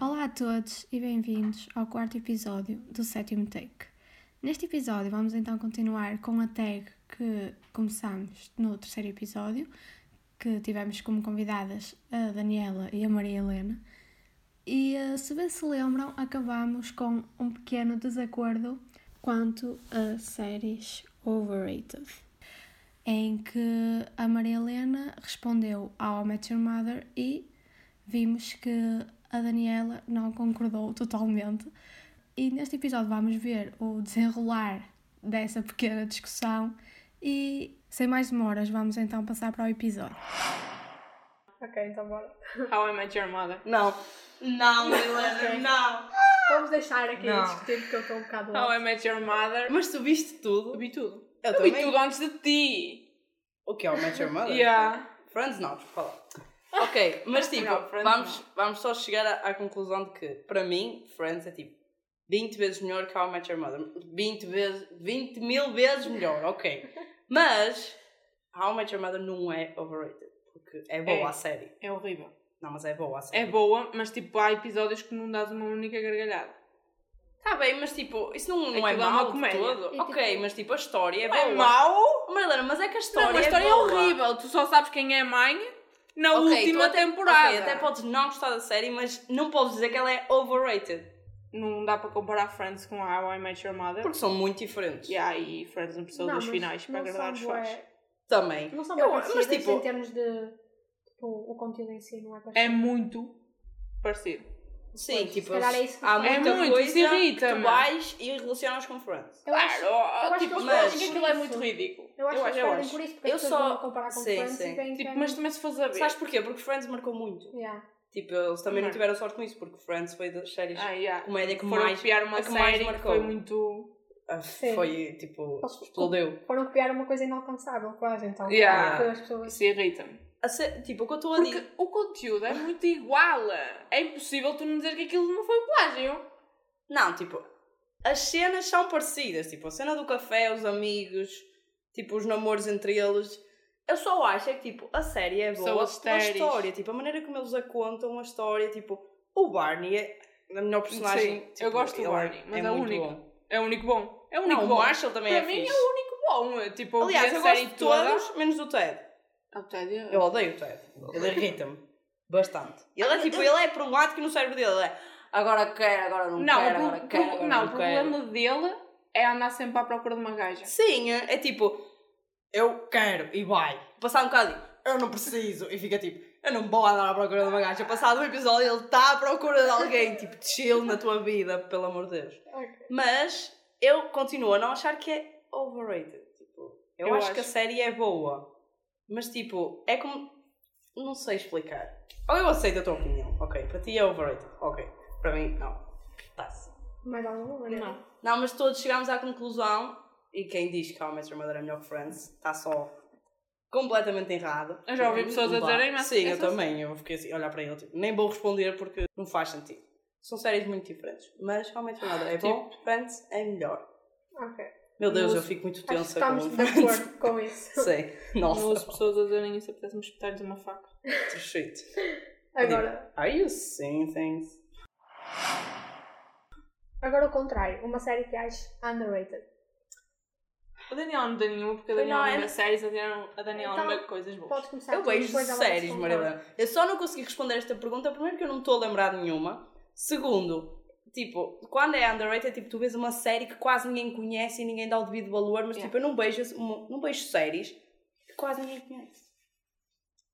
Olá a todos e bem-vindos ao quarto episódio do sétimo take. Neste episódio vamos então continuar com a tag que começámos no terceiro episódio, que tivemos como convidadas a Daniela e a Maria Helena. E eh, se bem se lembram, acabámos com um pequeno desacordo quanto a séries overrated, em que a Maria Helena respondeu ao I Met Your Mother e vimos que a Daniela não concordou totalmente. E neste episódio vamos ver o desenrolar dessa pequena discussão e sem mais demoras vamos então passar para o episódio. Ok, então bora. How I Met Your Mother. Não. Não, Helena, não. Vamos deixar aqui Não. a discutir porque eu estou um bocado How louca. I Met Your Mother. Mas tu viste Eu tudo? vi tudo. Eu Eu, vi também. tudo antes de ti. O que é o Match Your Mother? Yeah. Friends não, fala. Ok, mas tipo, Não, Friends vamos, vamos só chegar à, à conclusão de que, para mim, Friends é tipo 20 vezes melhor que How I Met Your Mother. 20 vezes, 20 mil vezes melhor, ok. Mas, How I Met Your Mother não é overrated, porque é boa É. a série. É horrível. Não, mas é boa a É série. boa, mas tipo, há episódios que não dás uma única gargalhada. Tá bem, mas tipo, isso não, não é Aquilo é uma mau de comédia. todo. É ok, mas tipo, a história é Não boa. é mau? Oh, Marilena, mas é que Não, a história, a história é boa. horrível. Tu só sabes quem é a mãe na Ok, tu última até- temporada. ok, até podes não gostar da série, mas não podes dizer que ela é overrated. Não dá para comparar Friends com How I Met Your Mother. Porque são muito diferentes. Yeah, e Friends é não precisou dos mas finais para não agradar os são bué- fãs. Também. Não são Eu- bem mas, parecidas tipo- em termos de... tipo, o conteúdo em si não é É parecido. muito parecido. Sim, Pois, tipo, se calhar é isso que há me muita faz. É muito, isso coisa que irrita-me. tu vais e relacionas com Friends. É Eu acho- eu acho tipo, que eles mas perdem aquilo por é isso. muito ridículo. Eu acho que eles perdem acho. é por isso, porque Eu as pessoas só- vão comparar com sim, Friends sim. e veem que Tipo, é mas muito- também se fores a ver. Sabes porquê? Porque Friends marcou muito. Yeah. Tipo, eles também não Não. tiveram sorte com isso, porque Friends foi das séries. Ah, yeah. Comédia que Foram mais- copiar uma a que mais série é que marcou. foi muito. Ah, Sim. foi tipo. Eles- explodeu. Foram copiar uma coisa inalcançável, quase, então. Yeah. Porque as pessoas... Isso irrita-me. A sé- Tipo, o que eu estou a dizer. Porque o conteúdo é muito igual. É impossível tu não dizer que aquilo não foi um plágio. Não, tipo, as cenas são parecidas. Tipo, a cena do café, os amigos, tipo, os namoros entre eles. Eu só acho é que, tipo, a série é boa Pessoas pela estéreis. história. Tipo, a maneira como eles a contam, a história. Tipo, o Barney é a melhor personagem. Sim, tipo, eu gosto do ele Barney, mas é o muito único. bom. É o único bom. É o único Não, bom. o Marshall também Para é mim fixe. é o único bom. Tipo, eu vi Aliás, a eu série gosto de todos, menos do Ted. Ah, Ted, eu- Eu odeio o Ted. Ele irrita-me. Bastante. Ele é tipo, ele é por um lado que no cérebro dele ele é agora quero, agora não, Não, quero, o agora pro- quero, pro- agora não, não, o quero. problema dele é andar sempre à procura de uma gaja. Sim, é é tipo, eu quero e vai. Passado um bocado, eu não preciso. E fica tipo, eu não vou andar à procura de uma gaja. Passado um episódio, ele está à procura de alguém. Tipo, chill na tua vida, pelo amor de Deus. Ok. Mas eu continuo a não achar que é overrated. Tipo, eu, Eu acho, que a acho. série é boa. Mas tipo, é como. Não sei explicar. Ou eu aceito a tua opinião. Ok, para ti é overrated. Ok, para mim, não. Tá-se. Mais alguma maneira? Não. Não, mas todos chegámos à conclusão, e quem diz que How I Met Your Mother é melhor que Friends, está só completamente errado. Eu já ouvi pessoas a Não dá. dizerem, mas Sim, eu essas- também, eu fiquei assim, a olhar para ele, tipo, nem vou responder porque não faz sentido. São séries muito diferentes, mas How I Met Your Mother é bom, Friends é melhor. Ok. Meu Deus, Tipo, Nos- eu fico muito Acho que tensa estamos com de Friends. acordo com isso. Sim, Não ouço nossa, pessoas a dizerem isso, apetece-me espetar-lhes uma faca. shit. Agora, Are you seeing things? agora o contrário. Uma série que acho underrated. A Daniela não tem nenhuma, porque a Pois Daniela não, não é. eu vê não- séries, a Daniela, a Daniela não vê Então, coisas boas. Podes começar Eu tu, vejo depois agora séries, respondo. Marilena. Eu só não consegui responder esta pergunta, primeiro que eu não me estou a lembrar de nenhuma. Segundo, tipo, quando é underrated, tipo, tu vês uma série que quase ninguém conhece e ninguém dá o devido valor, mas Yeah. tipo, eu não vejo, uma- não vejo séries que quase ninguém conhece.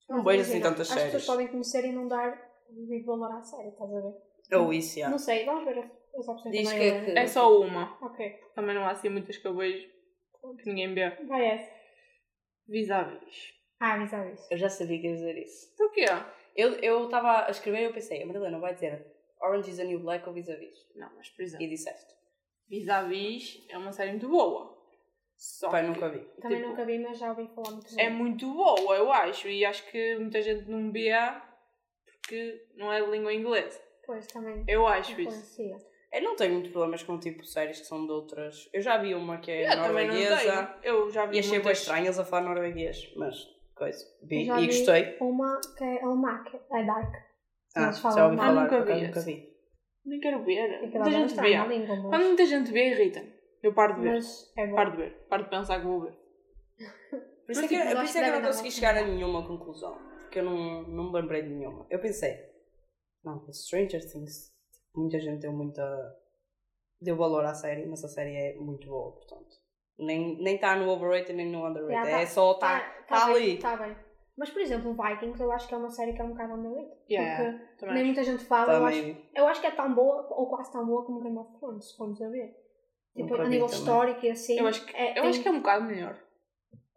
Não Mas vejo assim imagina, tantas As pessoas séries. podem conhecer e não dar devido valor à série, estás a ver? Ou isso, yeah. Não sei, vamos ver as opções Diz também que- agora. que- É só uma. Ok, Também não há assim muitas que eu vejo que ninguém vê. vai essa. Visáveis. Ah, mas é isso. Eu já sabia que ia dizer isso. Porquê? Eu estava a escrever e eu pensei, a Marilena vai dizer Orange is the New Black ou vis-a-vis. Não, mas por exemplo, E disseste. Vis-a-Vis é uma série muito boa. Só Pai, que nunca vi. Também Tipo, nunca vi, mas já ouvi falar muito é bem. muito boa, eu acho. E acho que muita gente não vê porque não é de língua inglesa. Pois, também Eu acho não isso. conhecia. Eu não tenho muito problemas com tipo séries que são de outras. Eu já vi uma que é Eu também não norueguesa tenho. Eu já vi e achei bem muitas. estranho eles a falar norueguês, mas coisa. Vi Eu já e vi gostei. Uma que é Almac, é Dark. Ah, Eles falam já ouvi mal. falar, Ah, nunca por acaso vi nunca esse. vi. Nem quero ver. E Muita cada um gente está vê. na língua, mas... Quando muita gente vê, irrita-me. Eu paro de ver. Mas é bom. Paro de ver. Paro de pensar que vou ver. Por isso é Mas, que, tipo, por eu acho que isso é que eu deve não dar consegui uma chegar a nenhuma conclusão. Porque eu não, não me lembrei de nenhuma. Eu pensei, não, Stranger Things, Tipo, muita gente deu muita. deu valor à série, mas a série é muito boa, portanto. Nem está no overrated nem no underrated. Yeah, tá- é só está tá, tá bem, ali. Tá bem. Mas, por exemplo, Vikings, eu acho que é uma série que é um bocado underrated. Yeah, Porque também nem acho. muita gente fala. Eu acho, Também. eu acho que é tão boa, ou quase tão boa, como Game of Thrones, se formos a ver. Tipo, Nunca a vi nível também. histórico e assim. Eu acho que é, eu tem- acho que é um bocado melhor.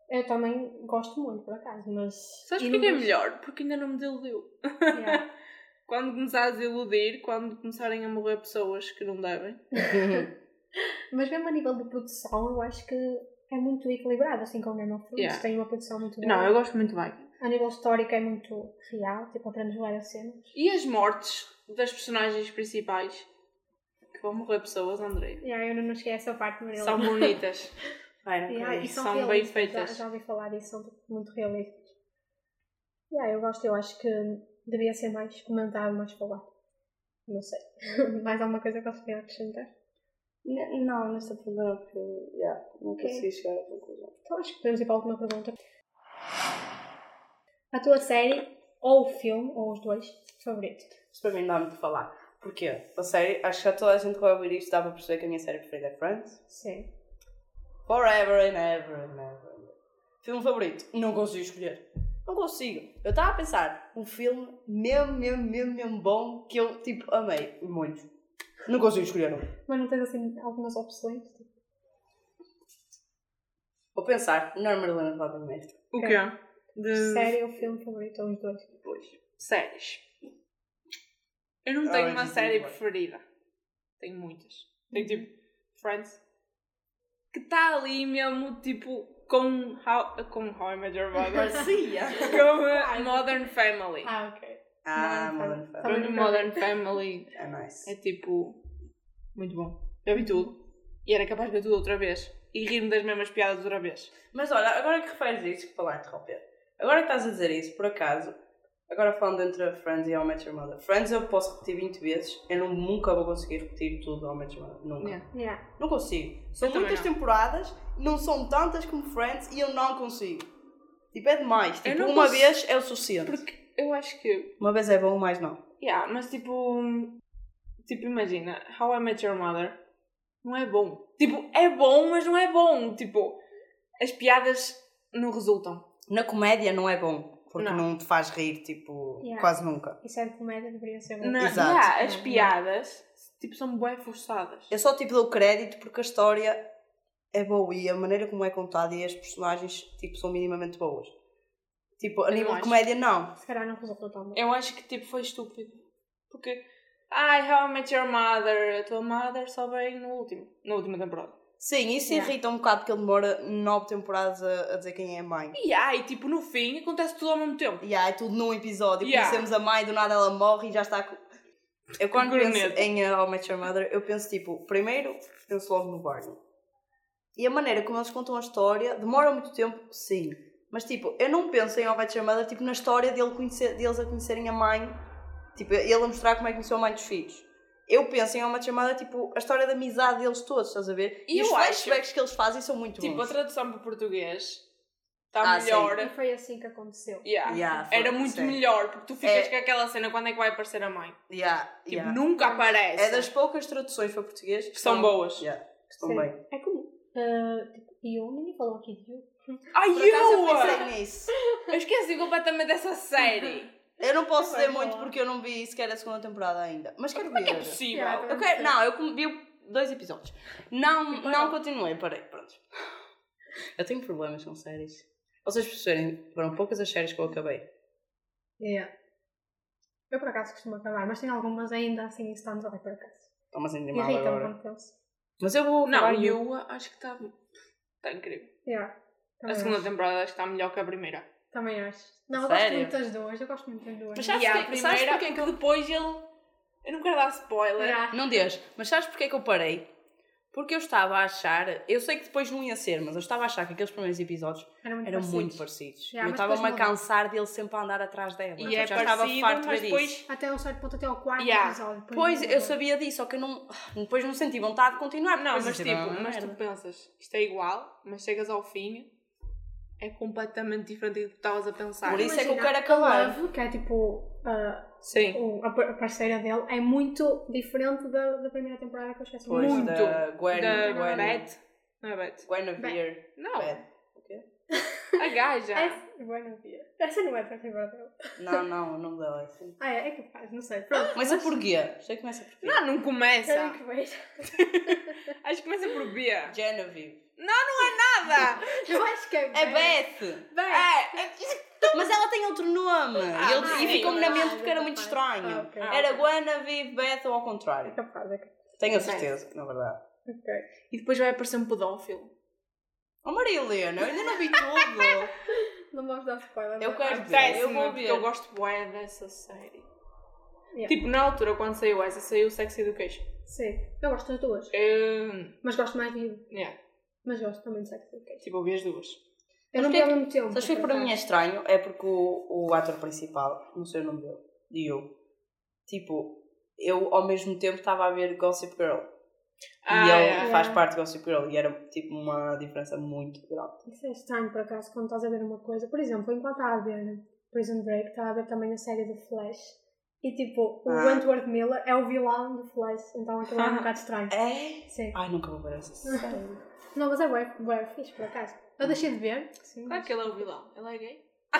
eu também gosto muito, por acaso, mas... Sabes e porquê que é não- melhor? Porque ainda não me desiludiu. Yeah. Quando começar a desiludir, quando começarem a morrer pessoas que não devem. Mas mesmo a nível de produção, eu acho que é muito equilibrado, assim como Game of Thrones. Yeah. Tem uma produção muito boa. Não, eu gosto muito bem. A nível histórico é muito real, tipo, aprendes várias cenas. E as mortes das personagens principais? Que vão morrer pessoas, André. Yeah, eu não, não cheguei a essa parte, Mariela. São bonitas. Ai, não Yeah, acredito. Ah, e são, são bem realistas, feitas. Já, já ouvi falar disso, são tipo, muito realistas. Yeah, eu gosto, eu acho que devia ser mais comentado, mais falado. Não sei. mais alguma coisa que eu queria acrescentar? N- Não, nessa primeira porque yeah, não consegui chegar a conclusão. Então acho que podemos ir para a última pergunta. A tua série, ou o filme, ou os dois, favorito? Isso para mim dá muito de falar. Porquê? A série, acho que já toda a gente que vai ouvir isto dá para perceber que a minha série preferida é Friends. Sim. Forever and ever and ever. and ever. Filme favorito? Não consigo escolher. Não consigo. Eu estava a pensar, um filme mesmo, mesmo, mesmo, mesmo bom que eu, tipo, amei. Muito. Não consigo escolher um. Mas não tens assim algumas opções? Tipo, Vou pensar, não me lembro nada do mestre. O Ok. quê? Eh, De Série ou filme favorito, ou os dois? Pois. Séries. Eu não Ah, tenho eu uma digo série igual. preferida. Tenho muitas. Tenho tipo Friends. Que está ali mesmo tipo com How, com how I Met Your Mother. Parecia. com a Modern Family. Ah, ok. ah, Modern Family. Para mim, Modern Family É nice. é tipo muito bom. Já vi tudo. E era capaz de ver tudo outra vez. E rir-me das mesmas piadas outra vez. Mas olha, agora que referes isso, que falar interromper. Agora que estás a dizer isso, por acaso, agora falando entre a Friends e How I Met Your Mother. Friends eu posso repetir 20 vezes, eu não- nunca vou conseguir repetir tudo How I Met Your Mother. Nunca. Yeah. Yeah. Não consigo. São Eu também muitas não. temporadas, não são tantas como Friends e eu não consigo. Tipo, é demais. Eu Tipo, não uma consigo. vez é o suficiente. Porque eu acho que Uma vez é bom, mais não. Yeah, mas tipo. Tipo, imagina, How I Met Your Mother não é bom. Tipo, é bom, mas não é bom. Tipo, as piadas não resultam. Na comédia não é bom, porque Não. não, te faz rir, tipo, Yeah. quase nunca. E série de comédia deveria ser bom. Na, Exato. yeah, as Não, não. piadas tipo, são bem forçadas. Eu só tipo dou crédito porque a história é boa e a maneira como é contada e as personagens tipo, são minimamente boas. Tipo, a Eu nível não de acho. comédia, não. Se calhar não resultou tão bem. Eu acho que tipo, foi estúpido. Porque. Ai, How I Met Your Mother, a tua mother só vem no último, na última temporada. Sim, isso Yeah. irrita um bocado porque ele demora nove temporadas a, a dizer quem é a mãe. E ai, tipo, no fim acontece tudo ao mesmo tempo. E há é tudo num episódio. Yeah. Conhecemos a mãe, do nada ela morre e já está. com- Eu quando Com penso corneto. em uh, How I Met Your Mother, eu penso tipo, primeiro penso logo no Barney. E a maneira como eles contam a história demora muito tempo, sim. Mas tipo, eu não penso em How I Met Your Mother tipo, na história dele conhecer, deles a conhecerem a mãe, tipo, ele a mostrar como é que conheceu a mãe dos filhos. Eu penso em How I Met Your Mother, tipo, a história da amizade deles todos, estás a ver? E E, os eu acho- flashbacks que eles fazem são muito Tipo, a bons. tradução para português está Ah, sim. melhor. E foi assim que aconteceu. Yeah. Yeah, foi- Era muito sim. melhor, porque tu ficas É. com aquela cena quando é que vai aparecer a mãe. Yeah, Tipo, yeah. nunca aparece. É das poucas traduções para português Que são boas. Yeah, que estão Sim. bem. É como. ah, tipo, e eu ninguém falou aqui de eu. Ai, Por acaso eu pensei eu! nisso. Eu esqueci completamente dessa série. Eu não posso É Vai dizer muito falar. porque eu não vi sequer a segunda temporada ainda. Mas quero Como é ver. que é possível? Yeah, Eu quero- não, eu com- vi dois episódios. Não, Depois não não. continuei, parei, pronto. Eu tenho problemas com séries. Vocês perceberem, foram poucas as séries que eu acabei. Yeah. É. Eu por acaso costumo acabar, mas tem algumas ainda assim estamos a ver por acaso. Estou-me a sentir mal Irrita-me agora. quando penso. Mas eu vou Não, acabar e eu... eu acho que está tá incrível. Yeah. É. Também A Assim, segunda acho. temporada acho que está melhor que a primeira. Também acho. Não, eu gosto Sério? muito das duas, eu gosto muito das duas. Mas sabes e a porquê- primeira, sabes porquê que depois ele... Eu não quero dar spoiler. Yeah. Não dês. Mas sabes porque é que eu parei? Porque eu estava a achar, eu sei que depois não ia ser, mas eu estava a achar que aqueles primeiros episódios Era muito eram parecido. muito parecidos. Já, eu mas estava-me a depois mudou. cansar dele sempre a andar atrás dela. E eu é já estava parecido, farto mas disso. depois... Até um certo ponto, até ao quarto Yeah. episódio. depois Pois, não- eu sabia disso, só que eu não... Depois não senti vontade de continuar. Não, depois mas eu disse, tipo, "Ah, mas tu merda." pensas, isto é igual, mas chegas ao fim, é completamente diferente do que tu estavas a pensar. Por isso é que eu Imagina, quero a acabar. Love, que é tipo ah, Sim. o- a par- a parceira dele, é muito diferente da, da primeira temporada que eu esqueci. o Pois, nome. tipo, Muito. da Gwen... Da Gwen- Beth. Não é Beth? Guinevere. Não, Beth. a gaja. Essa, bueno, dia. Essa não é a primeira dela. Não, não, o nome dela é assim. Ah, é, é capaz, não sei. Pronto, Mas a porquê? Já começa por quê? Não, não começa. querem que veja. Acho que começa por B. Genevieve. Nada. Eu acho que é É Beth! Bem, É, é- Mas ela tem outro nome. Ah, e ele- sim. e ficou-me na mente Ah, porque era é muito capaz. estranho. Ah, ok. Ah, Era Guinevere, Beth ou ao é contrário. capaz, é capaz. Tenho a certeza, na verdade. Ok. E depois vai aparecer um pedófilo. Oh Maria Helena, eu ainda não vi tudo. Não vamos dar spoiler. Eu mas- quero- Ah, ver, eu É Péssimo, vou porque ver. eu gosto bué dessa série. Yeah. Tipo, na altura, quando saiu essa, saiu Sex Education. Sim, eu gosto das duas. Hum, Mas gosto mais de yeah. Mas gosto também de Sex Education. Tipo, eu vi as duas. Eu Mas não que vi é ao mesmo tempo. Sabes o que é que para por mim é acaso. estranho? É porque o, o ator principal, não sei o nome dele, Dio, tipo, eu ao mesmo tempo estava a ver Gossip Girl. e ele Ah, yeah. faz Yeah. parte de Gossip Girl e era tipo uma diferença muito grande. Isso é estranho, por acaso, quando estás a ver uma coisa. Por exemplo, enquanto está a ver Prison Break, está a ver também a série do Flash. E tipo, o Ah. Wentworth Miller é o vilão do Flash. Então aquilo é um Ah. bocado estranho. É? Sim. Ai, nunca vou ver essa série. Não, mas é bué, bué fixe, por acaso. Eu deixei de ver. Sim. Claro que ele é o vilão. Ele é gay.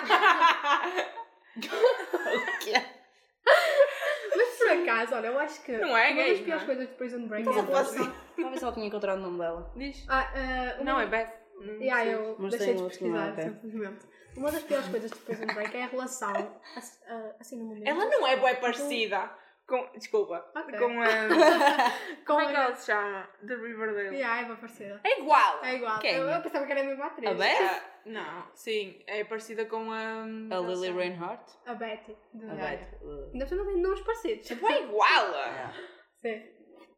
O que é? Mas por acaso, olha, eu acho que Não é uma das gay, piores não é? coisas de Prison Break Estás a falar é assim? Talvez ela tinha encontrado o nome dela. Diz. Ah, ah, uma- Não, é Beth. Não Yeah, sei. eu Mas deixei tem de outro, não é? pesquisar, simplesmente. Uma das piores coisas de Prison Break é a relação, ass- ah, assim no momento, Ela não é bué parecida com... Desculpa. Ok. Com a... com Como é que a... ela se chama? The Riverdale. E a Eva parecida. É igual! É igual. Quem? Eu, eu pensava que era a mesma atriz. A Beth? Ah, não, sim, é parecida com a. A Não Lily sei. Reinhardt? A Betty. de- A Beth. Uh, Ainda por cima tem nomes parecidos. Tipo, é igual! yeah. Sim.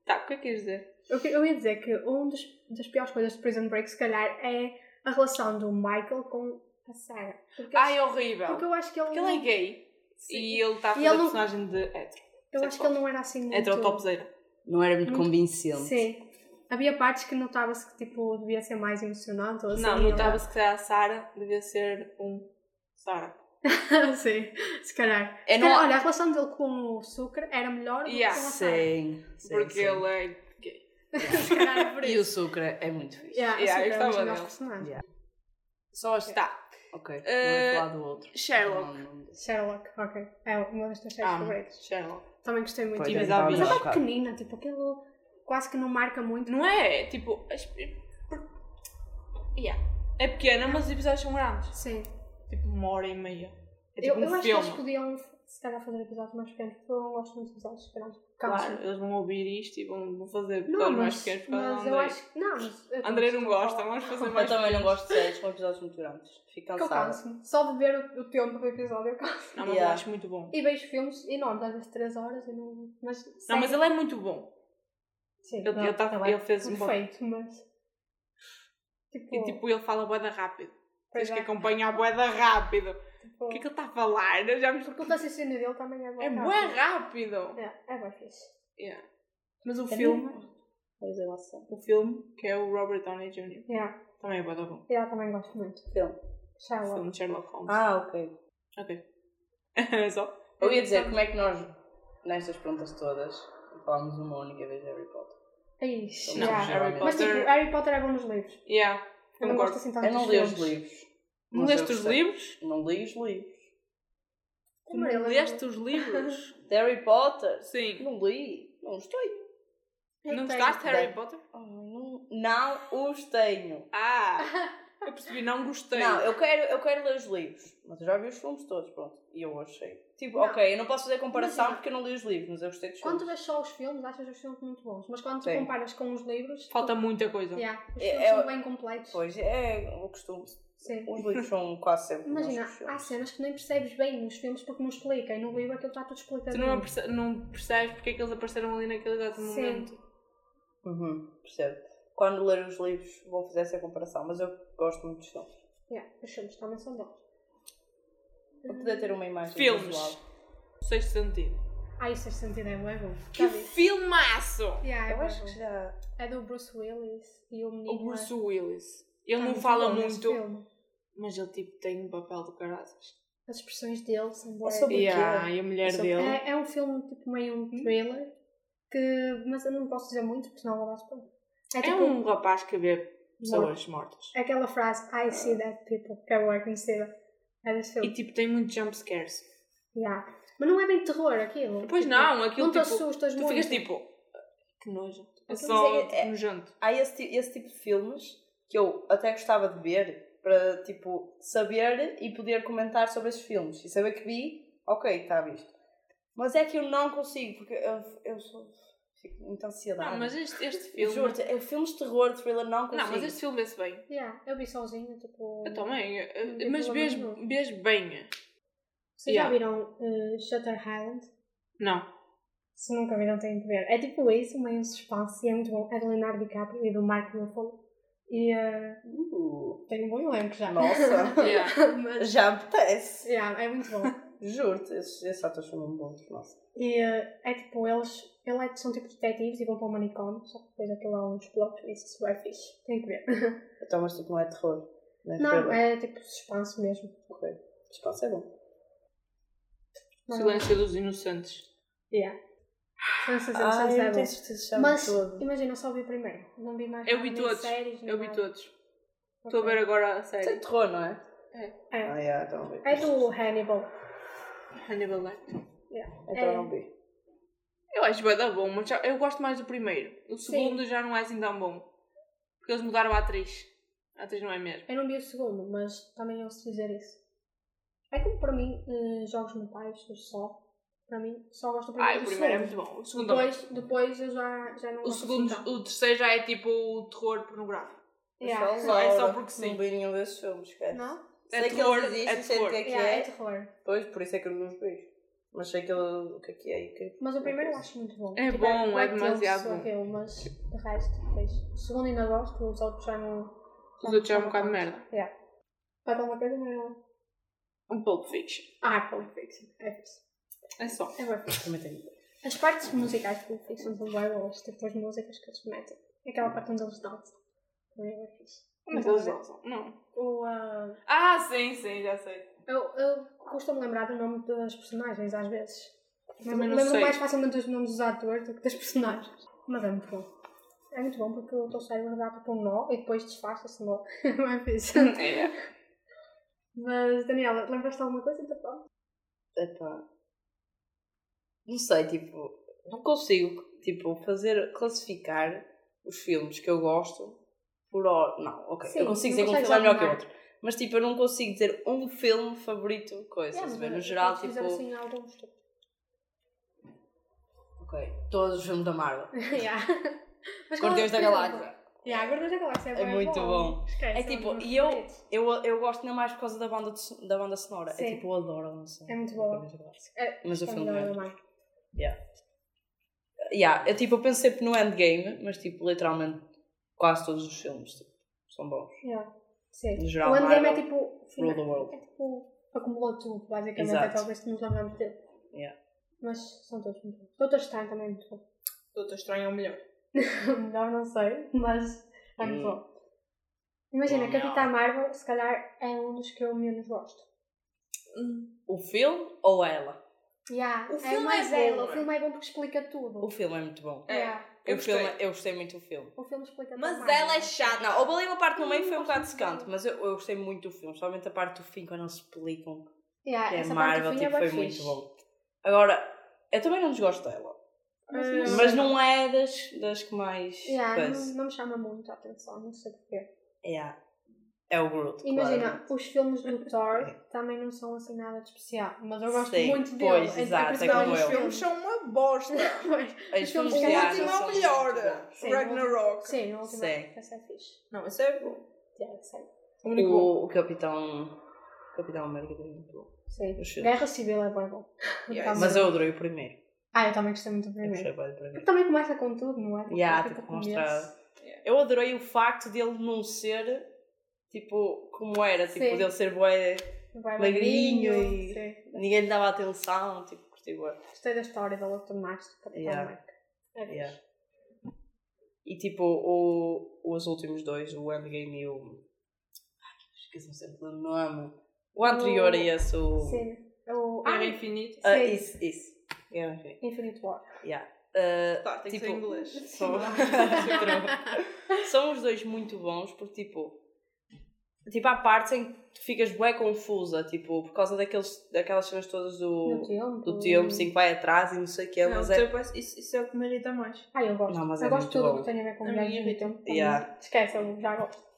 Tá, o que é que queres dizer? Eu, que- eu ia dizer que uma das, das piores coisas de Prison Break, se calhar, é a relação do Michael com a Sarah. Porque, Ai, é horrível! porque Porque, eu acho que ele, ele é não- gay Sim. e ele está a E fazer ele a não- personagem de hétero. eu acho que ele não era assim muito... Hétero top zero. Não era muito Muito- convincente. Sim. Havia partes que notava-se que, tipo, devia ser mais emocionante. Ou assim, Não, ele- notava-se que a Sara devia ser um É Sara. Sim, se calhar. Eu Se não- calhar, Olha, a relação dele com o Sucre era melhor do Yeah. que com a Sara. Sim, sim, Porque sim. ele é gay. Se calhar é por E o isso. Sucre é muito fixe. Yeah, Yeah, o eu Sucre era um dos gostava melhores dele. personagens. Yeah. Só está. Ok, não é Eh, falar do outro. Sherlock. Não, não- Sherlock, ok. É uma das tuas séries Ah, favoritas. Sherlock. Também gostei muito. Pois, então Tive eu Mas estava a avisos. ver há ela é bocado. pequenina, tipo, aquilo quase que não marca muito. Não é? Tipo. as- por- Yeah. É pequena, mas os episódios são grandes. Sim. Tipo, uma hora e meia. É eu tipo eu um acho que eles filme. podiam, se calhar, fazer episódios mais pequenos, porque eu não gosto muito de episódios grandes. Claro, eles vão ouvir isto e vão vão fazer Não, episódios mais mas, pequenos por causa mas do eu André. acho que. Não, mas. eu André também não estou a gosta, falar. vamos fazer Eu mais também não pequenos. gosto de séries com episódios muito grandes. Fico Porque eu cansada. canso-me. Só de ver o- o tempo do episódio eu canso. Não, mas Yeah. eu acho muito bom. E vejo filmes enormes, às vezes 3 horas e não. Mas. Não, mas ele é muito bom. Sim, é Ele, ele, tá- ele fez um bom. perfeito, mas. Tipo. E tipo, ele fala boeda rápido. pois Tens que é, acompanhar a boeda rápido. tipo, O que é que ele está a falar? Eu já me... Porque o raciocínio dele também é bom. É bué rápido. É, é bem fixe. Yeah. Mas o Também Um filme, Pois é, lá está. o filme, que é o Robert Downey Jr., Yeah. também é boeda bom. E ela também gosto muito. Filme. O Sherlock. filme de Sherlock Holmes. Ah, ok. Ok. É Só? Eu ia dizer, como é que nós, nestas perguntas todas, falámos uma única vez de Harry Potter? Aí, já. Não, geralmente. É Mas tipo, Potter- Harry Potter é bom nos livros. Yeah. Eu não gosto Concordo. assim tanto Eu não dos li os filmes. livros. Não Mas eu leste os gostei. livros? Não li os livros. Tu Também não lembro. leste os livros? De Harry Potter? Sim. Não li. Não os tenho. Eu Não tenho. gostaste de Harry Bem. Potter? Ai, não, não os tenho. Ah! Eu percebi, não gostei. Não, eu quero, eu quero ler os livros. Mas eu já vi os filmes todos, pronto. E eu achei. Tipo, Não. ok, eu não posso fazer comparação Imagina. porque eu não li os livros, mas eu gostei dos Quando tu filmes. vês só os filmes, achas os filmes muito bons. Mas quando tu Sim. comparas com os livros. Falta muita coisa. Yeah, os É- filmes é- são bem completos. Pois é, eu costumo. Sim. Os livros são quase sempre. melhores Imagina, que os filmes. há cenas que nem percebes bem nos filmes porque não explica. E no livro aquilo está tudo explicado. Tu não, aperce- não percebes porque é que eles apareceram ali naquele exato Sim. momento. Uhum, percebo. quando ler os livros, vou fazer essa comparação, mas eu gosto muito dos filmes. Yeah, os filmes também são deles. Para poder ter uma imagem Filmes. visual. Sexto sentido. Ah, isso é sentido, é bom, é bom. Que Já vi. filmaço! Yeah, é Eu bué acho bom. que já. É do Bruce Willis e o menino. O Bruce Willis. é- Ele é não muito fala bom nesse muito, filme. mas ele tipo tem um papel do caraças. As expressões dele são É boas. sobre o quê? Yeah, e a mulher Eu sou- dele. É, é um filme tipo meio um thriller, que, mas eu não posso dizer muito porque senão vou dar spoiler. É É tipo É um rapaz que vê pessoas mortas. aquela frase I see that people, que é bem conhecida. É desse E filme. tipo, tem muito jumpscares. Yeah. Mas não é bem terror aquilo. Pois tipo, não, aquilo Não te tipo. assustas Tu muito. ficas tipo. Que nojo. É Então, Aquilo só dizem- é- nojento. Há esse, ti- esse tipo de filmes que eu até gostava de ver para tipo saber e poder comentar sobre esses filmes e saber que vi, ok, está visto. Mas é que eu não consigo, porque eu, eu sou. fico com muita ansiedade. Não, mas este, este filme. Juro-te, é filmes de terror, thriller, não consigo. Não, mas este filme vê-se bem. Yeah, eu vi sozinho, tipo. Eu também. eh, Não tem Mas problema vês, nenhum. vês bem. Vocês já Yeah. viram eh, Shutter Island? Não. Se nunca viram, têm que ver. É tipo isso, meio suspense e é muito bom. É do Leonardo DiCaprio e do Mark Ruffalo. E eh, Uh, tem um bom elenco já. nossa, Yeah. Mas, já apetece. yeah, é muito bom. Juro-te, esses, esses atores são muito bons. Nossa. E eh, é tipo, eles, eles são tipo detetives e vão para o manicômio, só que depois aquilo é um plot twists, isso é fixe, tem que ver. Então, mas tipo, não é terror. Não, é Não, terror. é tipo suspense mesmo. Ok. Espaço é bom. Não, Silêncio dos Inocentes. Yeah. São sensações Ah, eu é não bom. tenho certeza já vi Mas todo. imagina, eu só vi o primeiro, não vi mais Eu vi nem todos, séries, nem Eu vi nada. todos. Estou Ok. a ver agora a Isso é série. terror, não é? É. Ah, yeah, então não vi. é do Hannibal. Hannibal Lecter. é. Então não vi. Eu acho bem bom, mas já- eu gosto mais do primeiro. O Sim. segundo já não é assim tão bom. Porque eles mudaram a atriz. A atriz não é mesmo. Eu não vi o segundo, mas também ouço dizer isso. É como para mim, eh, jogos mentais, o só. Para mim, só gosto do Ah, primeiro. o do primeiro é segundo. muito bom. O segundo também. Depois, depois eu já, já não O gosto assim segundo, tanto. o terceiro já é tipo o terror pornográfico. Yeah. Mas É só Laura, porque sim. Não vi nenhum desses filmes, esquece. um Não? Sei É que terror, eles existem, é sei o que é que Yeah, é é. terror. Pois, por isso é que eu não os vejo. Mas sei que ele, o que é que é. e o que é que- Mas o primeiro eu acho muito bom. É bom, é bué tenso demasiado bom. aquilo, mas de resto, depois. O segundo ainda gosto, os outros já não. Os outros já é um bocado de merda. Vai dar uma coisa, mas não. é Um Pulp Fiction. Ah, Pulp Fiction. É fixe. É só. É bem Também tem. As partes musicais de Pulp Fiction são bem boas, tipo as músicas que eles metem. Aquela parte onde eles dançam. Também é bem fixe. Mas eles usam. Não. O, ah, Ah, sim, sim, já sei. eu, eu costumo lembrar do nome das personagens às vezes. Mas Também não lembro sei. mais facilmente dos nomes dos atores do que das personagens. Mas é muito bom. É muito bom porque o teu cérebro dá tipo um nó e depois disfarça-se nó. Não é fixe. É. Mas Daniela, lembraste de alguma coisa Então, da Pulp? Epá. Não sei, tipo, não consigo, tipo, fazer, classificar os filmes que eu gosto por hora. Não, ok, Sim, eu consigo não dizer que um consegues filme é melhor que o ordenar. outro. Mas, tipo, eu não consigo dizer um filme favorito, coisa, Yeah, estás a ver? mas No eu geral, posso tipo, dizer assim alguns tipos. ok, todos os filmes da Marvel. yeah. Mas qual é- Guardiões da por exemplo, Galáxia. Yeah, Guardiões da Galáxia é, É bué muito bom. Esquece, É um tipo, dos e eu, favoritos. eu, eu gosto ainda mais por causa da banda, de so- da banda sonora. É Sim. tipo, eu adoro a banda sonora. É muito do boa. Guardiões da Galáxia. É- Mas o É filme melhor é. da Marvel. Yeah, eu, tipo, eu penso sempre no Endgame, mas tipo, literalmente quase todos os filmes tipo, são bons. Yeah. Sim. No geral, o Endgame é Marvel, tipo. Rule the final- world. É tipo. Acumulou tudo, basicamente. Exato. Até talvez nos lembramos dele. Yeah. Mas são todos muito bons. Doutor Stein também é muito bom. Doutor Estranho é o melhor. Melhor não sei, mas é muito Hum. bom. Imagina, Bom, Capitã Marvel, se calhar é um dos que eu menos gosto. O filme ou ela? Yeah, O é filme mais é bom, ela. O é? filme é bom porque explica tudo. O filme é muito bom. É. Yeah. Eu o filme, gostei. eu gostei muito do filme. O filme explica Mas tudo. ela é chata. Não, houve ali uma parte no Eu meio não que foi um gosto bocado muito secante, dela. mas eu, eu gostei muito do filme, somente a parte do fim quando eles explicam que Yeah, é essa Marvel, parte do fim tipo, é bué foi muito fixe. bom. Agora, eu também não desgosto dela, Mas não- mas não é das, das que mais. Yeah, coisa. não, não me chama muito a atenção, não sei porquê. Yeah. É o Groot. Imagina, claramente. os filmes do Thor também não são assim nada de especial, mas eu gosto Sim, muito dele. pois, é- exato, por isso é que eu como gosto eu. dos uma bosta. é filmes. Pois. Os filmes filmes que de ela Asha tem são uma muito bons. Sim, Ragnarok. Sim, o último Sim. essa é fixe. Não, isso é bom. Yeah, sim. O único bom. O, o Capitão. o Capitão América também é muito bom. Os Sim. filmes. Guerra Civil é bem bom. Yeah, Mas eu adorei o primeiro. Ah, eu também gostei muito do Eu gostei primeiro. bem do primeiro. Porque também começa com tudo, não é? Yeah, Tipo, o tipo, começo. mostra Eu adorei o facto dele não ser tipo como era, tipo, Sim. dele ser boé, Vai magrinho e- sim. ninguém lhe dava atenção, tipo, curti bué. Gostei da história da luta mais Capitão Yeah. América. É fixe. Yeah. E tipo, o, os últimos dois, o Endgame e o. Ai, esqueci-me sempre do nome. O anterior O- a esse, o. Sim. O Era ah, infinito. Ah, sim. isso, isso. Guerra Infinita. Infinite War. Yeah. Ah, Tá, tem que ser tipo, em inglês. São, são os dois muito bons, porque tipo. Tipo, há partes em que tu ficas bué confusa, tipo, por causa daqueles, daquelas cenas todas Do do. Tiombo. Do tempo, assim, que vai atrás e não sei o que, Não, mas o é. teu pai- isso, isso é o que me irrita mais. Ah, eu gosto. Não, mas eu é gosto de muito tudo bom. o que tem a ver com A mulheres é minha no tempo. Yeah. Esquece, eu já gosto.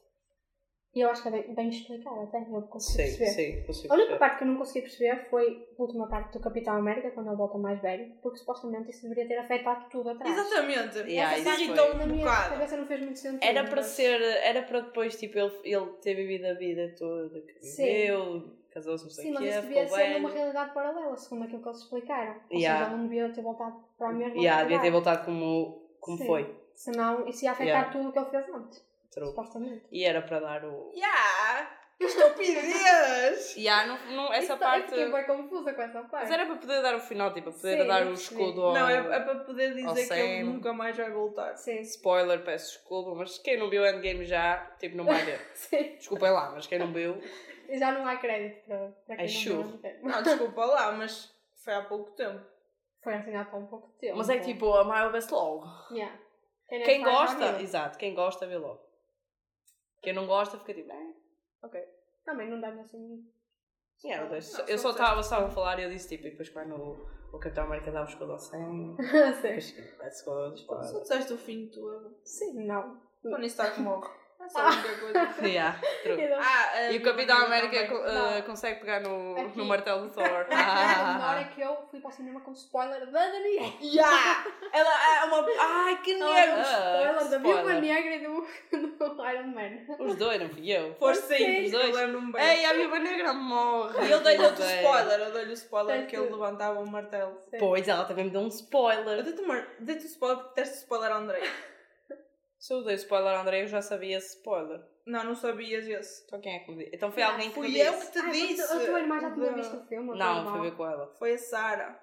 E eu acho que é bem, bem explicado até, eu consigo Sim, perceber. sim, consigo A única perceber. parte que eu não consegui perceber foi a última parte do Capitão América, quando ele volta mais velho, porque supostamente isso deveria ter afetado tudo Tá. atrás. então, Exatamente. Yeah, Essa isso irritou-me Na um minha bocado. cabeça não fez muito sentido. Era para mas- ser. Era para depois, tipo, ele, ele ter vivido a vida toda que Sim. viveu, casou-se, não sei Sim, o mas que, é, isso devia ser numa realidade paralela, segundo aquilo que eles explicaram. Ou Yeah. seja, ele não devia ter voltado para a mesma Yeah, devia ter realidade. voltado como, como Sim. foi. Senão isso ia afetar Yeah. tudo o que ele fez antes, True. supostamente. E era para dar o. Yeah! Que estupidez! Yeah, não, não, essa Isso- é Eu parte. fiquei bem confusa com essa parte. Mas era para poder dar o final, tipo, para poder Sim, dar o sim. escudo ao. Não, é, é para poder dizer Ao que ele Sam. nunca mais vai voltar. Sim, Spoiler, peço desculpa, mas quem não viu o Endgame já, tipo, não vai ver. sim. Desculpem lá, mas quem não viu. E já não há crédito para, para quem não É churro. viu. Não, desculpa lá, mas foi há pouco tempo. Foi assim há tão pouco tempo. Mas é que, tipo, a Marvel vê-se logo. Yeah. não Quem faz, gosta, não vê. exato, quem gosta vê logo. Quem não gosta fica tipo, eh. Também não dá-me assim. Yeah, Spoiler. eu Não, eu só só estava só a falar e eu disse, tipo, e depois quando o, o Capitão América dava o escudo ao 100, Sim. depois tipo, let's go, Só spoiler. disseste o fim de tudo. Sim, Ah. não. Tony Stark morre. Essa é a única coisa. Yeah, true. Eu não- Ah, ah, E o minha Capitão família também. América co- eh, Não. consegue pegar no, Aqui. no martelo do Thor. Na Ah. hora que eu fui para o cinema com spoiler da Daniela. Yeah! Ela é uma. Ai, que nervos! Ah, spoiler da Viúva spoiler. Negra e do, do Iron Man. Os dois, não fui eu. Foi Sim. sim, eu lembro-me bem. é. Ei, a Viúva Negra morre. E eu dei-lhe outro Bem. spoiler, eu dei-lhe o spoiler Sim, que ele sim. levantava o martelo. Pois, ela também me deu um spoiler. Eu dei-te o mar- dei-te o spoiler porque deste o spoiler ao André. Se eu dei spoiler ao André, eu já sabia esse spoiler. Não, não sabias esse. Então quem é que me disse? Então foi Ah, alguém que me Fui disse. eu que te Ah, mas disse. A tua irmã já tinha Da- visto o filme? a tua Não, irmã. foi ver com ela. Foi a Sara.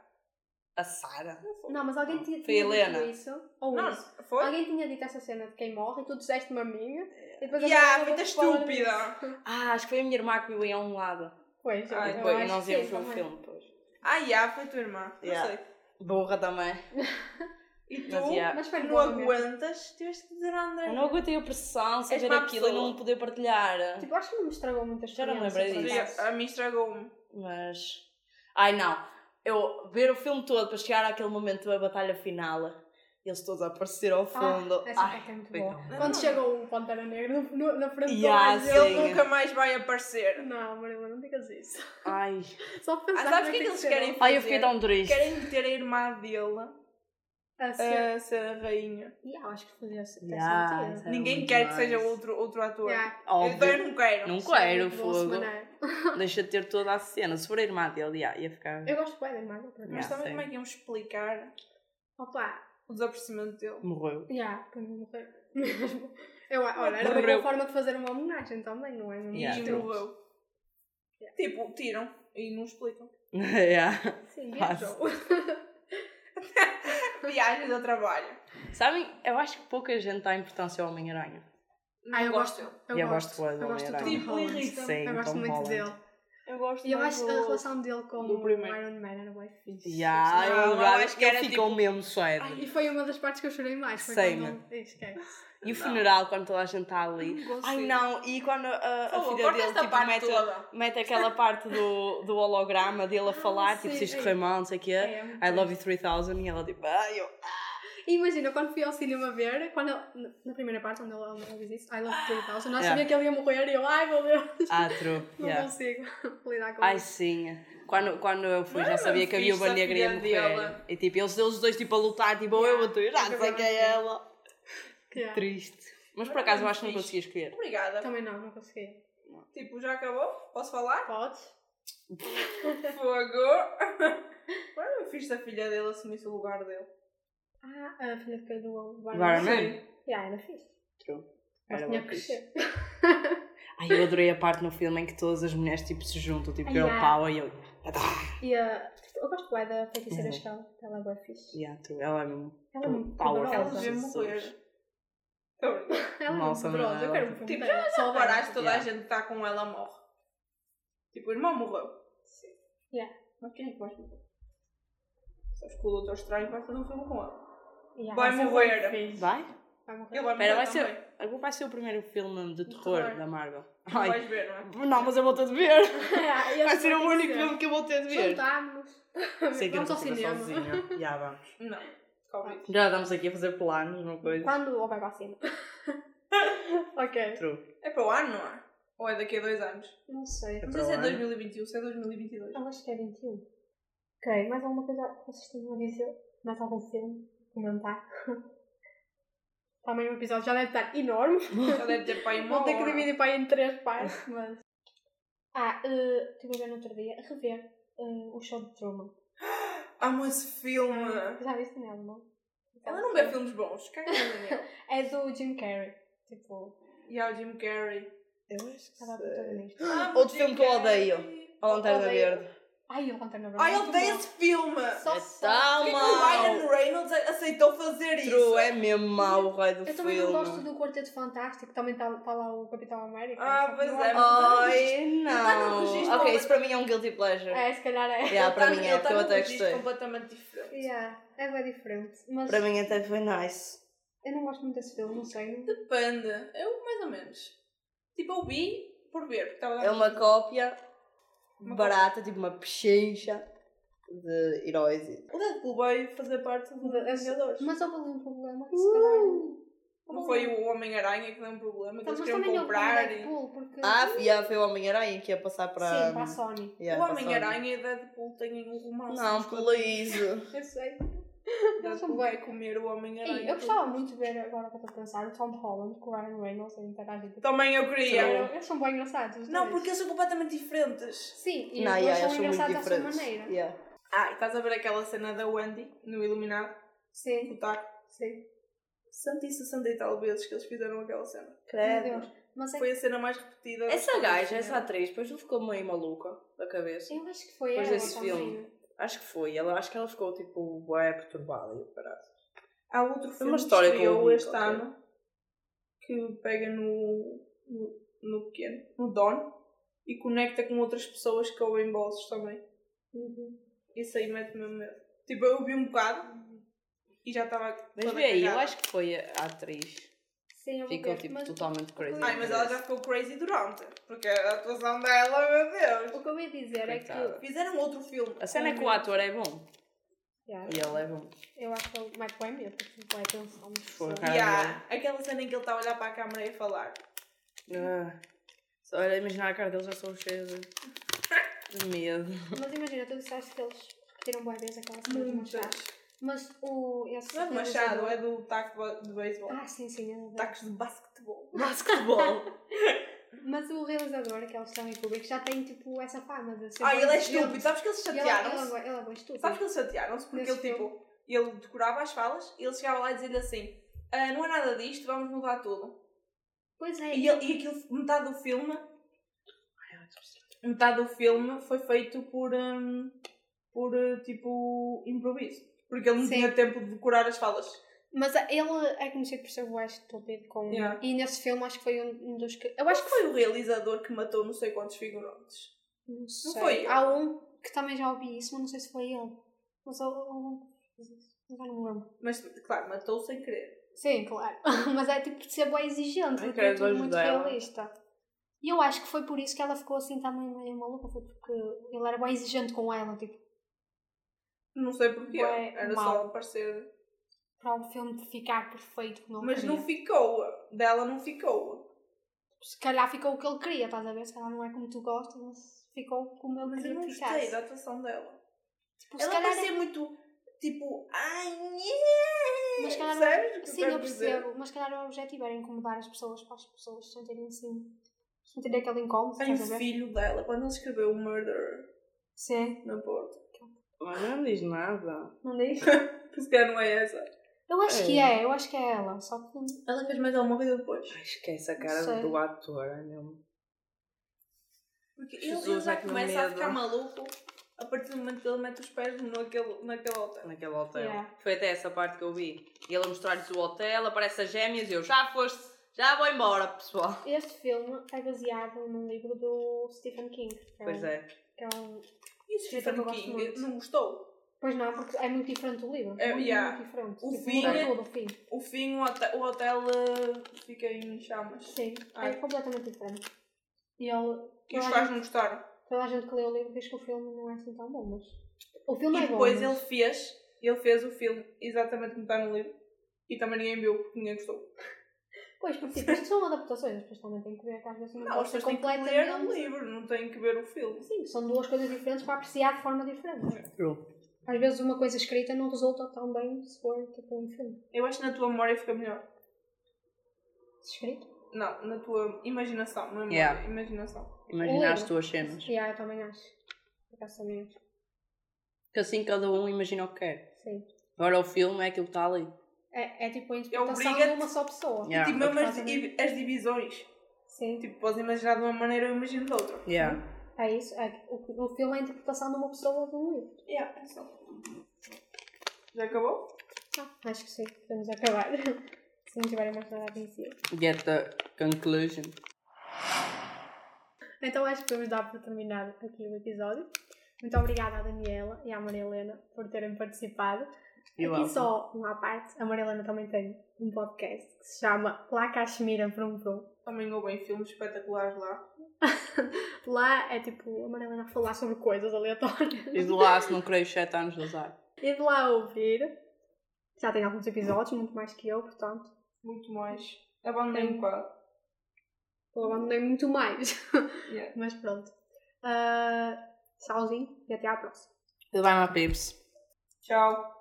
A Sara? Não, mas alguém tinha Foi tinha dito Helena. isso. Ou Não, isso. foi? Alguém tinha dito essa cena de quem morre e tu disseste-me a minha. E depois Yeah, agora eu feita vou spoiler estúpida. disso. Ah, acho que foi a minha irmã que viu em um lado. Pois, Ah, e eu depois acho nós que íamos sim, é? ver o também. filme depois. Ah, yeah, foi tua irmã. Yeah. Não sei. Burra também. E tu Mas, yeah. Ah, Mas foi não boa mesmo. aguentas, tiveste que dizer ao André. Eu não aguentei a pressão, És saber má aquilo e pessoa. não poder partilhar. Tipo, acho que não me estragou muito a Já não me experiência, Ah, lembrei por disso. acaso. Yeah, A mim estragou-me. Mas. Ai não! Eu ver o filme todo para chegar àquele momento da batalha final, eles todos a aparecer ao fundo. Ah, essa Ai, parte é muito foi boa. tão Não, Quando não. chegou o Pantera Negra no- no- na frente do Yeah, anjo, Ah, sim. eu- Ele nunca mais vai aparecer. Não, Marila, não digas isso. Ai. Só pensar Ah, sabes como o que é que tem eles ser querem? Ai, eu fiquei tão triste. Querem meter a irmã dele A ser... a ser a rainha. Ah, Yeah, acho que fazia até Eh, Yeah, sentido. Era Ninguém É muito quer que seja nice. outro, outro ator. Yeah. Então Óbvio. eu não quero. Não quero Muito bom fogo. semanário. Deixa de ter toda a cena. Se for a irmã dele, ia, ia ficar. Eu gosto bem da Marvel, por acaso. Mas Yeah, também sim. como é que iam explicar Opa, o desaparecimento dele? Morreu. já, para mim morrer. Mesmo. Eu, olha, era uma Morreu. boa forma de fazer uma homenagem também, não é? Não Yeah, e true. morreu. Tipo, tiram e não explicam. Yeah. Sim, Quase. viajou. Viagens ao trabalho. Sabem, eu acho que pouca gente dá importância ao Homem-Aranha. Ah, eu Não gosto. Eu, E eu gosto. gosto bué do eu gosto do Homem-Aranha. Tom Tipo, Holland. irrita-me. Sim, Eu gosto Tom muito Holland. dele. Tipo, Eu gosto E eu mais acho do- a relação dele com do o primeiro. Iron Man era bem fixe. Yeah, Não, eu eu lembrava acho que que ele era ficou tipo- mesmo suave. E foi uma das partes que eu chorei mais. Foi Same. quando ele... Esquece. E o funeral, quando toda a gente está ali. Não Ai consigo. não, e quando a, a Por favor, filha corta dele esta tipo, parte mete, toda. mete aquela parte do, do holograma dele a falar, tipo, sim, se isto sim. correr mal, não sei o quê. É, é muito I love you 3000, e ela tipo, ai eu. E imagina, quando fui ao cinema ver, quando ele- na- na primeira parte, onde ele ele diz isso, I love Ah. 3000, nós Yeah. sabia que ele ia morrer e eu, ai meu Deus, Ah, true. não Yeah. consigo lidar com Ai isso. sim. Quando, quando eu fui, Não já era sabia mesmo que a fixe viúva a negra ia filha morrer. dela? E tipo, eles eles dois tipo a lutar, tipo, ou eu ou tu, eu já Eu sei que também. é ela. Yeah. Triste. Mas por Não, acaso eu não acho que não fiz. consegui escolher. Obrigada. Também não, não consegui. Tipo, já acabou? Posso falar? Podes? Fogo. Quando eu fiz da filha dele assumisse o lugar dele. Ah, a filha de Pedro do Iron Man. Já, era fixe. True. Mas Era tinha bué que fixe. crescer. Ai, eu adorei a parte no filme em que todas as mulheres tipo, se juntam, tipo, Ai, girl yeah. power e eu. "Ah, tá, E a... Eu gosto bem da feiticeira Uhum. escala. Ela é boa fixe. Yeah, true. Ela é mesmo. Ela é muito Power. poderosa. Ela Elas vêm morrer. Ela é Nossa, muito poderosa. Eu não. quero um filme Tipo, dela. já só reparaste toda a Yeah. gente que está com ela morre. Tipo, o irmão morreu. Sim. Yeah. Mas quem é que vai morrer? Sabes que o Doutor Estranho vai fazer um filme com ela. Ah, Yeah, Vai ser morrer. bué fixe. Vai? Vai morrer. Ele vai Espera, morrer vai ser- também. Agora vai ser o primeiro filme de De terror, terror. da Marvel. Não Ai. vais ver, não é? Não, mas eu vou ter de Yeah, ver. e Vai eles ser o vão único dizer, filme que eu vou ter de ver. Juntámos. Sei que eu não Vamos ao vou ver cinema. sozinha. Já vamos. Não. Covid. Já estamos aqui a fazer planos, uma coisa. Quando houver vacina. ok. True. É para o ano, não é? Ou é daqui a dois anos? Não sei. Não sei se é para o ano. 2021, se é 2022. Eu acho que é 21. Ok, mais alguma coisa que vocês têm a dizer? Mais algum filme? Comentar? Também o episódio já deve estar enorme. Já deve ter para aí uma Vou ter que hora. dividir para aí em três partes, mas. Ah, eh, estive a ver no outro dia, a rever eh, o show de Truman. Amo esse filme. Já viste nela, não? Ela não vê filmes bons. Caga na Daniela. É do Jim Carrey. Tipo, E há o Jim Carrey. Eu acho ela é protagonista. Amo Outro Jim filme que eu Carrey. A Lanterna Odeio. Verde. Ai, eu contei na Ai, ele tem esse filme. Só É sei. tão Por que que o mau. Ryan Reynolds aceitou fazer isso? True, é mesmo mau o raio do Eu também não gosto filme. do Quarteto Fantástico, também está tá lá o Capitão América. Ah, só que pois não é. Ai, tá no registro não. Ok, completo- isso para mim é um guilty pleasure. É, se calhar é. Yeah, para Ele mim tá- é, ele tá porque eu num até registro gostei. completamente diferente. Yeah, é bem diferente. Mas Para mim até foi nice. eu não gosto muito desse filme, não sei. Depende. Eu, mais ou menos. Tipo, eu vi por ver. porque tava lá- É uma cópia Uma barata, tipo uma pechincha de heróis. e- O Deadpool vai fazer parte do Mas- Vingadores. Mas houve ali um problema que se calhar. Uh! Não foi o Homem-Aranha que deu um problema, que Então, eles mas queriam também comprar comprar. o e- Deadpool, porque. Ah, fia, foi o Homem-Aranha que ia passar para. Uhum. Sim, para a Sony. Yeah, o para a Sony. Homem-Aranha e o Deadpool têm um romance. Não, Os pelo isso. Eu sei. dois- Deadpool vai comer o Homem-Aranha. Ei, eu gostava muito de ver, agora que eu estou a pensar, o Tom Holland com o Ryan Reynolds a interagir. Também eu queria. Eles são bem engraçados. os Não, dois. porque eles são completamente diferentes. Sim, e Não, os dois yeah, são eles são engraçados muito à sua diferentes. maneira. Yeah. Ah, e estás a ver aquela cena da Wendy no Iluminado? Sim, O taco. sim. 160 e tal vezes que eles fizeram aquela cena. Meu Deus. Mas é Foi a cena mais repetida. Essa gaja, essa atriz, depois não ficou meio maluca da cabeça. Eu acho que foi Depois ela desse também. filme. Acho que foi. Ela, acho que ela ficou tipo, bué perturbada e o caralho. Há outro filme uma história que com estreou o este Hulk, ok. ano que pega no, no, no pequeno, no Don, e conecta com outras pessoas que ouvem bolsos também. Uhum. Isso aí mete-me medo. Tipo, eu vi um bocado e já estava. Mas toda vê aí, eu cagada. acho que foi a atriz. Sim, eu vou Ficou ver, tipo mas totalmente crazy. Ai, mas ela já ficou crazy durante. Porque a atuação dela, meu Deus. O que eu ia dizer é Coitada. Fizeram outro filme. Uhum. A cena é que o ator é bom. que. Yeah, E ele é bom. Eu acho que ele mais põe medo, porque tipo, põe atenção. um muito Foi. só. Cara Yeah. Aquela cena em que ele está a olhar para a câmera e a falar. Ah, só olha, imaginar a cara dele já sou cheia de, de medo. Mas imagina, tu disseste que eles repetiram boas vezes aquela cena de Muitas. Machado. Mas o. Esse Não é do Machado, é Tá do taco de beisebol. Ah, sim, sim, é verdade. Tacos de basquetebol. Basquetebol. Mas o realizador, que é o Stanley Kubrick, já tem tipo essa fama de ser. Ah, bom ele é de filmes. estúpido. Sabes que eles Ele, ele, é chatearam-se? bué- ele é bom estúpido. Sabes que eles chatearam-se? Porque Nesse ele, tipo, ele decorava as falas e ele chegava lá dizendo assim: "Ah, Não é nada disto, vamos mudar tudo. Pois é. E, ele, e aquilo, metade do filme, é metade do filme foi feito por, hum, por eh, tipo, improviso. Porque ele não Sim. tinha tempo de decorar as falas. Mas a- ele é conhecido por ser bué estúpido. Com... Yeah. E nesse filme acho que foi um um dos que. Eu Acho acho que foi o realizador que matou não sei quantos figurantes. Não sei. foi? Há um que também já ouvi isso, mas não sei se foi ele. Mas há há um que fez isso. Agora não me lembro. Mas, claro, matou sem querer. Sim, claro. mas é tipo de ser boa exigente, Ai, porque é credo, tudo gosto muito dela. realista. E eu acho que foi por isso que ela ficou assim também meio maluca, foi porque ele era bem exigente com ela, tipo, Não sei porquê. Ué, Era só mal. aparecer. para o filme ficar perfeito como ele Mas queria. não ficou. Dela não ficou. Se calhar ficou o que ele queria, estás a ver? Se calhar não é como tu gostas, mas ficou como ele Mas eu queria não que gostei da ficasse. atuação é dela. Tipo, se Ela calhar parecia é- muito tipo. Ai, Mas se calhar- é Sabes o que Sim, quero eu dizer? percebo, mas se calhar o objetivo era incomodar as pessoas para as pessoas sentirem assim. sentirem aquele incómodo, Tem estás a o ver? filho dela, quando ele escreveu Murder Sim, na porta. Mas não diz nada. não diz? Por isso que não é essa. Eu acho que é, eu acho que é ela, só que. Ela fez mais alguma coisa depois. Ai, esquece a sei. cara do ator, é mesmo. Porque Jesus, ele, ele já é que começa a medo. ficar maluco a partir do momento que ele mete os pés naquele, naquele hotel. Naquele hotel. Yeah. Foi até essa parte que eu vi. E ele a mostrar-lhes o hotel, aparece as gêmeas e eu já foste, já vou embora, pessoal. Este filme é baseado num livro do Stephen King. que Pois um- é. Que é um... E o Stephen eu gosto King muito. não gostou. Pois não, porque é muito diferente o livro. É, muito, yeah. muito diferente. O Tipo, fim muda é- tudo, o fim. O fim, o hotel, o hotel eh, fica em chamas. Sim, é Ai. completamente diferente. E ele, E os Ai. pais não gostaram. toda a gente que leu o livro diz que o filme não é assim tão bom, mas. O filme E é bom. depois mas- ele fez, ele fez o filme exatamente como está no livro. E também ninguém viu, porque ninguém gostou. Pois, porque tipo, isto são adaptações, as pessoas também têm que ver que às vezes Não, não as ser pessoas têm que ler o livro, não têm que ver o filme. Sim, são duas coisas diferentes para apreciar de forma diferente. é? Às vezes uma coisa escrita não resulta tão bem se for tipo um filme. Eu acho que na tua memória fica melhor. Escrito? Não, na tua imaginação, não é memória, Yeah. imaginação. Imagina as Ui. tuas cenas. E ah, eu também acho. Por acaso também acho. Que assim cada um imagina o que quer. Sim. Agora o filme é aquilo que está ali. É, é tipo a interpretação de obriga-te- uma só pessoa. Yeah. Tipo, É mesmo por as, causa di- as divisões. Sim, Tipo, podes imaginar de uma maneira, eu imagino de outra. Yeah. é isso. É, que o, o filme é a interpretação de uma pessoa de um livro. Yeah, é só. Já acabou? Ah, acho que sim, podemos acabar. se não tiverem mais nada a dizer. Get the conclusion. Então acho que podemos dar para terminar aqui o episódio. Muito obrigada à Daniela e à Maria Helena por terem participado. Eu aqui amo. só uma à parte, a Maria Helena também tem um podcast que se chama Lá Cachemira Prum Prum. Também ouvem filmes espetaculares lá. Lá é tipo a Maria Helena falar sobre coisas aleatórias. E do lá, se não creio, 7 anos de azar. E de lá ouvir. Já tem alguns episódios, muito mais que eu, portanto. Muito mais. Abandonei Sim. um bocado. Eu abandonei muito mais. Yeah. Mas pronto. Ah, tchauzinho e até à próxima. Goodbye, my peeps. Tchau.